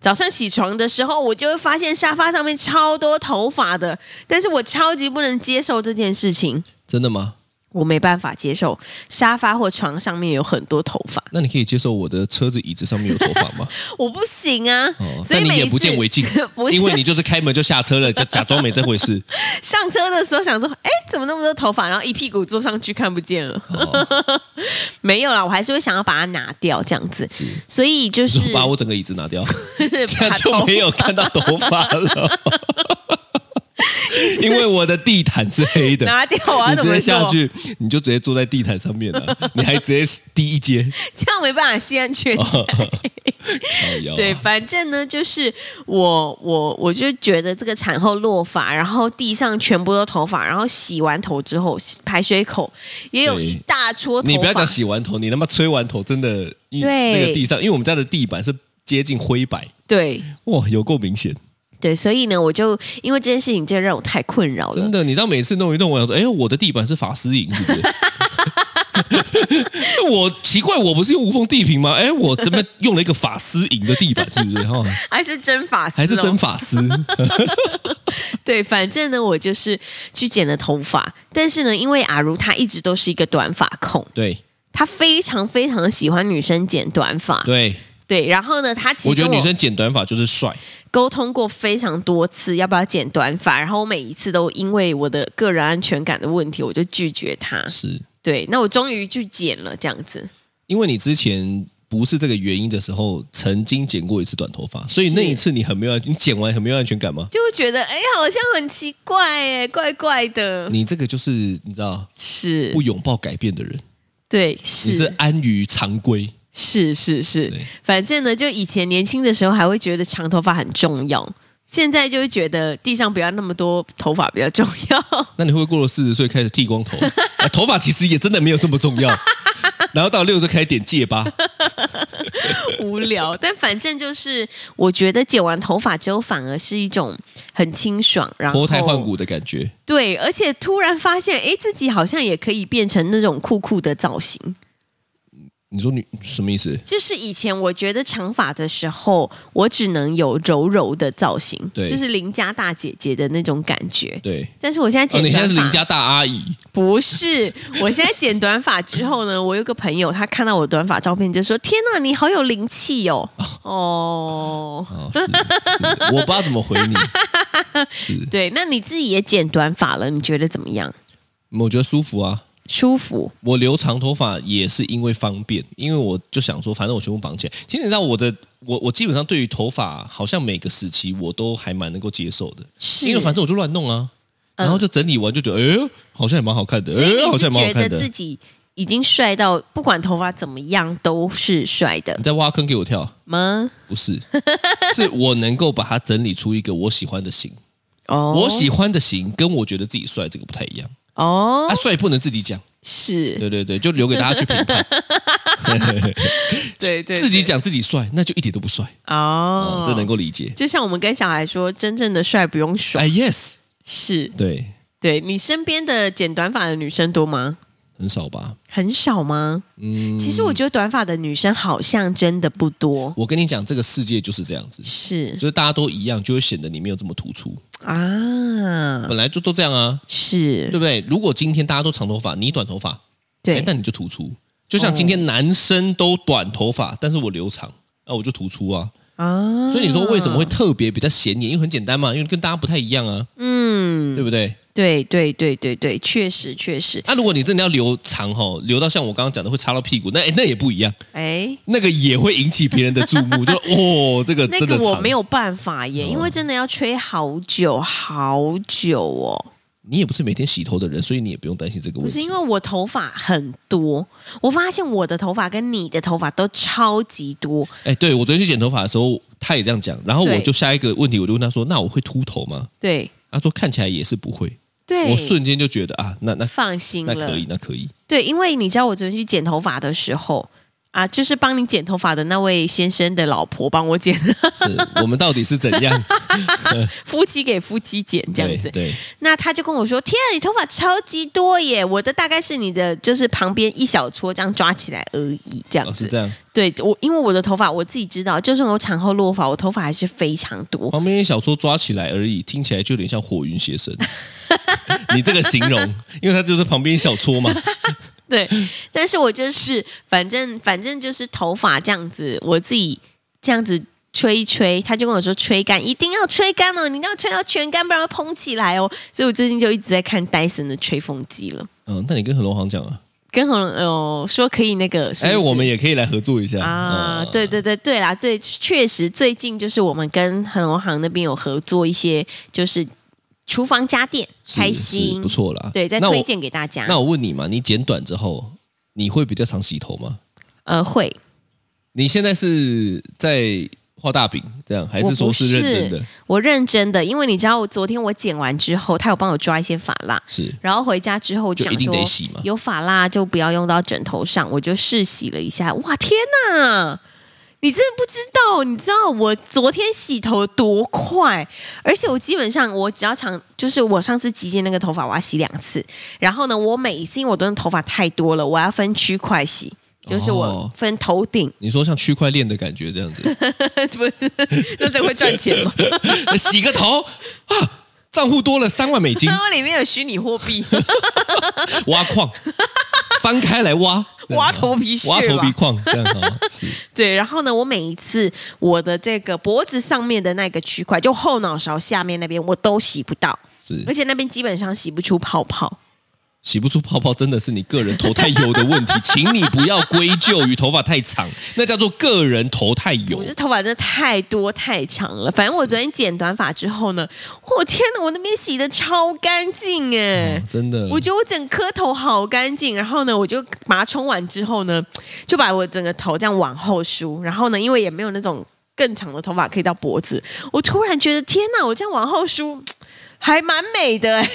[SPEAKER 2] 早上起床的时候，我就会发现沙发上面超多头发的，但是我超级不能接受这件事情，
[SPEAKER 3] 真的吗？
[SPEAKER 2] 我没办法接受沙发或床上面有很多头发，
[SPEAKER 3] 那你可以接受我的车子椅子上面有头发 吗？
[SPEAKER 2] 我不行啊。
[SPEAKER 3] 哦，
[SPEAKER 2] 所以
[SPEAKER 3] 但你
[SPEAKER 2] 每一
[SPEAKER 3] 眼
[SPEAKER 2] 次，
[SPEAKER 3] 不见为净
[SPEAKER 2] 不是
[SPEAKER 3] 因为你就是开门就下车 了，假假装没这回事。
[SPEAKER 2] 上车的时候想说，哎，怎么那么多头发？然后一屁股坐上去看不见了。
[SPEAKER 3] 哦，
[SPEAKER 2] 没有啦，我还是会想要把它拿掉这样子。
[SPEAKER 3] 是，
[SPEAKER 2] 所以就
[SPEAKER 3] 就是把我整个椅子拿掉， 这样
[SPEAKER 2] 把
[SPEAKER 3] 就
[SPEAKER 2] 头
[SPEAKER 3] 没有看到头发了。 因为我的地毯是 黑的，
[SPEAKER 2] 拿掉，我要
[SPEAKER 3] 你
[SPEAKER 2] 啊怎
[SPEAKER 3] 直
[SPEAKER 2] 么
[SPEAKER 3] 接下
[SPEAKER 2] 做？
[SPEAKER 3] 去，你就直接坐在地毯上面了、你还直接第一阶，
[SPEAKER 2] 这样没办法系安全带。
[SPEAKER 3] 哦靠腰 啊
[SPEAKER 2] 对，反正呢，就是我我我就觉得这个产后落发，然后地上全部都头发，然后洗完头之后排水口也有
[SPEAKER 3] 对
[SPEAKER 2] 一大撮头发。
[SPEAKER 3] 你不要讲洗完头，你他妈吹完头真的，因
[SPEAKER 2] 对
[SPEAKER 3] 那个地上，因为我们家的地板是接近灰白，
[SPEAKER 2] 对
[SPEAKER 3] 哇，有够明显，
[SPEAKER 2] 对，所以呢，我就因为这件事情，真的让我太困扰了
[SPEAKER 3] 真。的。你知道每次弄一弄，我想说，哎，我的地板是法师营是不是？ 我奇怪，我不是用无缝地坪吗？哎，我怎么用了一个法师营的地板，是不是？哈、
[SPEAKER 2] 还是真发丝、哦，
[SPEAKER 3] 还是真法师？
[SPEAKER 2] 对，反正呢，我就是去剪了头发，但是呢，因为阿如她一直都是一个短发控，
[SPEAKER 3] 对
[SPEAKER 2] 她非常非常喜欢女生剪短发，
[SPEAKER 3] 对，
[SPEAKER 2] 对，然后呢，她其实
[SPEAKER 3] 我觉得
[SPEAKER 2] 跟
[SPEAKER 3] 女生剪短发就是帅，
[SPEAKER 2] 沟通过非常多次要不要剪短发，然后我每一次都因为我的个人安全感的问题，我就拒绝她。
[SPEAKER 3] 是
[SPEAKER 2] 对，那我终于去剪了，这样子，
[SPEAKER 3] 因为你之前。不是这个原因的时候，曾经剪过一次短头发，所以那一次你很没有安，你剪完很没有安全感吗？
[SPEAKER 2] 就会觉得哎，好像很奇怪哎，怪怪的，
[SPEAKER 3] 你这个就是你知道
[SPEAKER 2] 嗯是
[SPEAKER 3] 不，拥抱改变的人，
[SPEAKER 2] 对，
[SPEAKER 3] 你是安于常规。
[SPEAKER 2] 是是是
[SPEAKER 3] 对，
[SPEAKER 2] 反正呢，就以前年轻的时候还会觉得长头发很重要，现在就会觉得地上不要那么多头发比较重要。
[SPEAKER 3] 那你会不会过了四十岁开始剃光 头、啊头发其实也真的没有这么重要。然后到六十岁开始点戒疤，
[SPEAKER 2] 无聊， 但反正就是我觉得剪完头发之后，反而是一种很清爽，然后
[SPEAKER 3] 脱胎换骨的感觉。
[SPEAKER 2] 对，而且突然发现，哎，自己好像也可以变成那种酷酷的造型。
[SPEAKER 3] 你说你什么意思？
[SPEAKER 2] 就是以前我觉得长发的时候，我只能有柔柔的造型，
[SPEAKER 3] 对
[SPEAKER 2] 就是邻家大姐姐的那种感觉。
[SPEAKER 3] 对，
[SPEAKER 2] 但是我现在
[SPEAKER 3] 哦，
[SPEAKER 2] 剪
[SPEAKER 3] 你
[SPEAKER 2] 短发，
[SPEAKER 3] 现在是邻家大阿姨，
[SPEAKER 2] 不是，我现在剪短发之后呢，我有个朋友，他看到我短发照片就说：“天哪，你好有灵气哦！”哦，
[SPEAKER 3] 哦，是是，我不知道怎么回 你。是，
[SPEAKER 2] 对，那你自己也剪短发了，你觉得怎么样？
[SPEAKER 3] 我觉得舒服啊。
[SPEAKER 2] 舒服？
[SPEAKER 3] 我留长头发也是因为方便，因为我就想说，反正我全部绑起来。其实你知道我的，我我基本上对于头发，好像每个时期我都还蛮能够接受的，
[SPEAKER 2] 是嗯
[SPEAKER 3] 因为反正我就乱弄啊，然后就整理完就觉得，哎、好像也蛮好看的，
[SPEAKER 2] 所以
[SPEAKER 3] 哎，好
[SPEAKER 2] 你是
[SPEAKER 3] 像也蛮好
[SPEAKER 2] 觉
[SPEAKER 3] 看
[SPEAKER 2] 得
[SPEAKER 3] 的
[SPEAKER 2] 自。己已经帅到不管头发怎么样都是帅的
[SPEAKER 3] 你在挖坑给我跳？
[SPEAKER 2] 吗？
[SPEAKER 3] 不是，是我能够把它整理出一个我喜欢的型，
[SPEAKER 2] 哦，
[SPEAKER 3] 我喜欢的型跟我觉得自己帅这个不太一样。
[SPEAKER 2] 哦、
[SPEAKER 3] 啊，帅不能自己讲，
[SPEAKER 2] 是，
[SPEAKER 3] 对对对，就留给大家去评判。
[SPEAKER 2] 对 对
[SPEAKER 3] 自己讲自己帅，那就一点都不帅，
[SPEAKER 2] 哦
[SPEAKER 3] 嗯，这能够理解。
[SPEAKER 2] 就像我们跟小孩说，真正的帅不用
[SPEAKER 3] 哎
[SPEAKER 2] 帅，
[SPEAKER 3] ，yes，
[SPEAKER 2] 是
[SPEAKER 3] 对，
[SPEAKER 2] 对你身边的剪短发的女生多吗？
[SPEAKER 3] 很少吧？
[SPEAKER 2] 很少吗？
[SPEAKER 3] 嗯，
[SPEAKER 2] 其实我觉得短发的女生好像真的不多，
[SPEAKER 3] 我跟你讲，这个世界就是这样子，
[SPEAKER 2] 是
[SPEAKER 3] 就是大家都一样，就会显得你没有这么突出。
[SPEAKER 2] 啊，
[SPEAKER 3] 本来就都这样啊，
[SPEAKER 2] 是
[SPEAKER 3] 对不对？如果今天大家都长头发，你短头发，哎
[SPEAKER 2] 嗯对，哦
[SPEAKER 3] 那你就突出。就像今天男生都短头发，但是我留长，那、我就突出啊。
[SPEAKER 2] 啊，
[SPEAKER 3] 所以你说为什么会特别比较显眼？因为很简单嘛，因为跟大家不太一样啊，
[SPEAKER 2] 嗯，
[SPEAKER 3] 对不对？啊
[SPEAKER 2] 对对对对对，确实确实，
[SPEAKER 3] 那、如果你真的要留长吼，留到像我刚刚讲的会插到屁股，那哎那也不一样，
[SPEAKER 2] 哎，
[SPEAKER 3] 那个也会引起别人的注 目，就哦，这个
[SPEAKER 2] 那
[SPEAKER 3] 真的
[SPEAKER 2] 个
[SPEAKER 3] 长。
[SPEAKER 2] 我没有办法耶，因为真的要吹好久好久哦。
[SPEAKER 3] 你也不是每天洗头的人，所以你也不用担心这个问
[SPEAKER 2] 不
[SPEAKER 3] 题。
[SPEAKER 2] 是因为我头发很多，我发现我的头发跟你的头发都超级多，
[SPEAKER 3] 哎，对我昨天去剪头发的时候，他也这样讲，然后我
[SPEAKER 2] 对
[SPEAKER 3] 就下一个问题，我就问他说：“那我会秃头吗
[SPEAKER 2] 对？”
[SPEAKER 3] 他说：“看起来也是不会。”
[SPEAKER 2] 对，
[SPEAKER 3] 我瞬间就觉得啊，那那
[SPEAKER 2] 放心
[SPEAKER 3] 那
[SPEAKER 2] 了，
[SPEAKER 3] 可以，那可以。
[SPEAKER 2] 对，因为你知道我昨天去剪头发的时候啊，就是帮你剪头发的那位先生的老婆帮我剪，
[SPEAKER 3] 是我们到底是怎样
[SPEAKER 2] 夫妻给夫妻剪 这样子
[SPEAKER 3] 对。。对
[SPEAKER 2] 那他就跟我说：“天啊，你头发超级多耶！我的大概是你的就是旁边一小撮这样抓起来而已，这样
[SPEAKER 3] 哦，
[SPEAKER 2] 子。
[SPEAKER 3] 是这样，
[SPEAKER 2] 对我，因为我的头发我自己知道，就算我产后落发，我头发还是非常多。
[SPEAKER 3] 旁边一小撮抓起来而已，听起来就有点像火云邪神。 你这个形容， 因为它就是旁边一小 撮嘛，
[SPEAKER 2] 对，但是我就是反正反正就是头发这样子，我自己这样子吹一吹，他就跟我说吹干，一定要吹干哦，你一定要吹到全干，不然会蓬起来哦。所以我最近就一直在看戴森的吹风机了，
[SPEAKER 3] 嗯，那你跟何龙航讲啊，
[SPEAKER 2] 跟红哦、说可以那个，是不
[SPEAKER 3] 哎，
[SPEAKER 2] 是
[SPEAKER 3] 我们也可以来合作一下嗯
[SPEAKER 2] 啊，对，对对对啦，对，确实最近就是我们跟恒隆行那边有合作一些，就是厨房家电，
[SPEAKER 3] 是
[SPEAKER 2] 开
[SPEAKER 3] 是
[SPEAKER 2] 心
[SPEAKER 3] 不，错啦。
[SPEAKER 2] 对，再
[SPEAKER 3] 那我
[SPEAKER 2] 推荐啊给大家。
[SPEAKER 3] 那我问你嘛，你剪短之后，你会比较常洗头吗？
[SPEAKER 2] 呃，会，
[SPEAKER 3] 你现在是在画大饼这样，还是说是认真的？
[SPEAKER 2] 我认真的，因为你知道，我昨天我剪完之后，他有帮我抓一些发蜡，
[SPEAKER 3] 是
[SPEAKER 2] 然后回家之后我
[SPEAKER 3] 就
[SPEAKER 2] 想
[SPEAKER 3] 一定得
[SPEAKER 2] 说，
[SPEAKER 3] 洗嘛？
[SPEAKER 2] 有发蜡就不要用到枕头上，我就试洗了一下，哇，天哪！你真的不知道，你知道我昨天洗头多快，而且我基本上我只要长，就是我上次极简那个头发我要洗两次，然后呢，我每一次因为我的头发太多了，我要分区块洗，就是我
[SPEAKER 3] 哦
[SPEAKER 2] 分头顶，
[SPEAKER 3] 你说像区块链的感觉这样子，
[SPEAKER 2] 不是那这样会赚钱吗？
[SPEAKER 3] 洗个头啊，账户多了三万 美金，
[SPEAKER 2] 我里面有虚拟货币，
[SPEAKER 3] 挖矿，翻开来挖，
[SPEAKER 2] 挖头皮屑吧
[SPEAKER 3] 挖头皮矿，这样啊， 是
[SPEAKER 2] 对，然后呢，我每一次我的这个脖子上面的那个区块，就后脑勺下面那边，我都洗不到，而
[SPEAKER 3] 是，
[SPEAKER 2] 且那边基本上洗不出泡泡。
[SPEAKER 3] 洗不出泡泡，真的是你个人头太油的问题，请你不要归咎于头发太长，那叫做个人头太油
[SPEAKER 2] 我这。头发真的太多太长了，反正我昨天剪短发之后呢，我天哪，我那边洗的超干净哎、
[SPEAKER 3] 哦真的，
[SPEAKER 2] 我觉得我整颗头好干净，然后呢，我就把它冲完之后呢，就把我整个头这样往后梳，然后呢，因为也没有那种更长的头发可以到脖子，我突然觉得天哪，我这样往后梳还蛮美的、欸，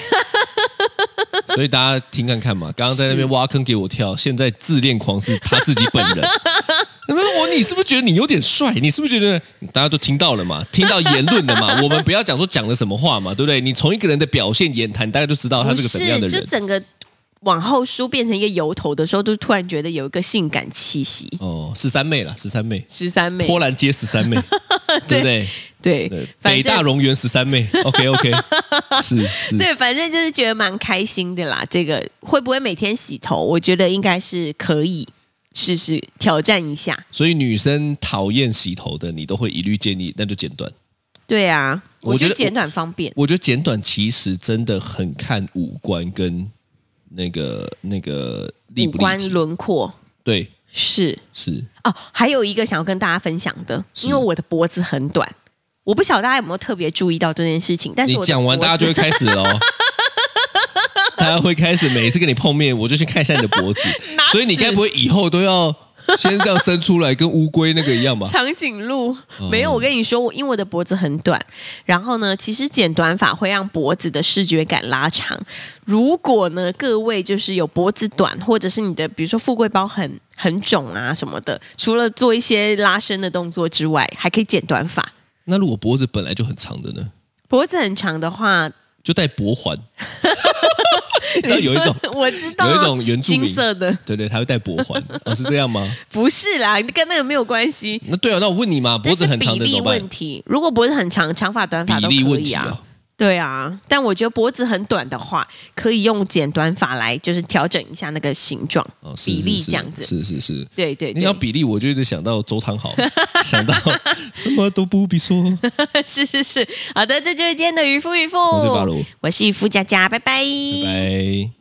[SPEAKER 3] 所以大家听看看嘛，刚刚在那边挖坑给我跳，现在自恋狂是他自己本 人。那么我，你是不是觉得你有点帅？你是不是觉得大家都听到了嘛？听到言论了嘛？我们不要讲说讲了什么话嘛，对不对？你从一个人的表现、言谈，大家就知道他
[SPEAKER 2] 不
[SPEAKER 3] 啊是个什么样的
[SPEAKER 2] 就
[SPEAKER 3] 人。
[SPEAKER 2] 整个往后梳变成一个油头的时候，就突然觉得有一个性感气息。
[SPEAKER 3] 哦，十三妹啦，十三妹，
[SPEAKER 2] 十三妹，
[SPEAKER 3] 波兰街十三 妹，对不对？
[SPEAKER 2] 对
[SPEAKER 3] 对，，
[SPEAKER 2] 反正
[SPEAKER 3] 北大荣园十三妹，OK OK，是是，
[SPEAKER 2] 对，反正就是觉得蛮开心的啦。这个会不会每天洗头？我觉得应该是可以试试挑战一下。
[SPEAKER 3] 所以女生讨厌洗头的，你都会一律建议，那就剪短。
[SPEAKER 2] 对啊，
[SPEAKER 3] 我
[SPEAKER 2] 我觉
[SPEAKER 3] 觉得
[SPEAKER 2] 得剪短方便。
[SPEAKER 3] 我觉得剪短其实真的很看五官跟那个那个立
[SPEAKER 2] 五
[SPEAKER 3] 不立
[SPEAKER 2] 官
[SPEAKER 3] 体。
[SPEAKER 2] 轮廓
[SPEAKER 3] 对，
[SPEAKER 2] 是
[SPEAKER 3] 是
[SPEAKER 2] 哦，还有一个想要跟大家分享的，因为我的脖子很短，我不晓得大家有没有特别注意到这件事情。但是
[SPEAKER 3] 你
[SPEAKER 2] 我的
[SPEAKER 3] 讲完，
[SPEAKER 2] 脖
[SPEAKER 3] 大家
[SPEAKER 2] 子
[SPEAKER 3] 就会开始了 哦。大家会开始每一次跟你碰面，我就先看一下你的脖子
[SPEAKER 2] 拿，尺
[SPEAKER 3] 所以你该不会以后都要先这样伸出来，跟乌龟那个一样吧？ 嗯
[SPEAKER 2] 长颈鹿没有，我跟你说，我因为我的脖子很短，然后呢，其实剪短发会让脖子的视觉感拉长。如果呢，各位就是有脖子短，或者是你的比如说富贵包很很肿啊什么的，除了做一些拉伸的动作之外，还可以剪短发。
[SPEAKER 3] 那如果脖子本来就很长的呢？
[SPEAKER 2] 脖子很长的话，
[SPEAKER 3] 就戴脖环，你知道有一种，
[SPEAKER 2] 我知道啊、
[SPEAKER 3] 有一种原住民
[SPEAKER 2] 金 色的，
[SPEAKER 3] 对对，他会戴脖 环，哦，是这样吗？
[SPEAKER 2] 不是啦，跟那个没有关系。
[SPEAKER 3] 那对啊，那我问你嘛，脖子很长
[SPEAKER 2] 但是
[SPEAKER 3] 的
[SPEAKER 2] 比
[SPEAKER 3] 怎
[SPEAKER 2] 例
[SPEAKER 3] 么办
[SPEAKER 2] 问？题，如果脖子很长，长发短发
[SPEAKER 3] 比
[SPEAKER 2] 都
[SPEAKER 3] 例
[SPEAKER 2] 可
[SPEAKER 3] 问
[SPEAKER 2] 以
[SPEAKER 3] 题
[SPEAKER 2] 啊
[SPEAKER 3] 啊。，
[SPEAKER 2] 对啊，但我觉得脖子很短的话，可以用剪短发来，就是调整一下那个形状、
[SPEAKER 3] 哦，是
[SPEAKER 2] 比例
[SPEAKER 3] 是是
[SPEAKER 2] 这样子。
[SPEAKER 3] 是是是。
[SPEAKER 2] 对对
[SPEAKER 3] 你讲
[SPEAKER 2] 对，
[SPEAKER 3] 比例，我就一直想到周汤豪， 想到什么都不必说。我
[SPEAKER 2] 是是是，好的，这就是今天的渔夫渔夫，
[SPEAKER 3] 是巴罗，
[SPEAKER 2] 我是渔夫佳佳，拜拜
[SPEAKER 3] 拜拜。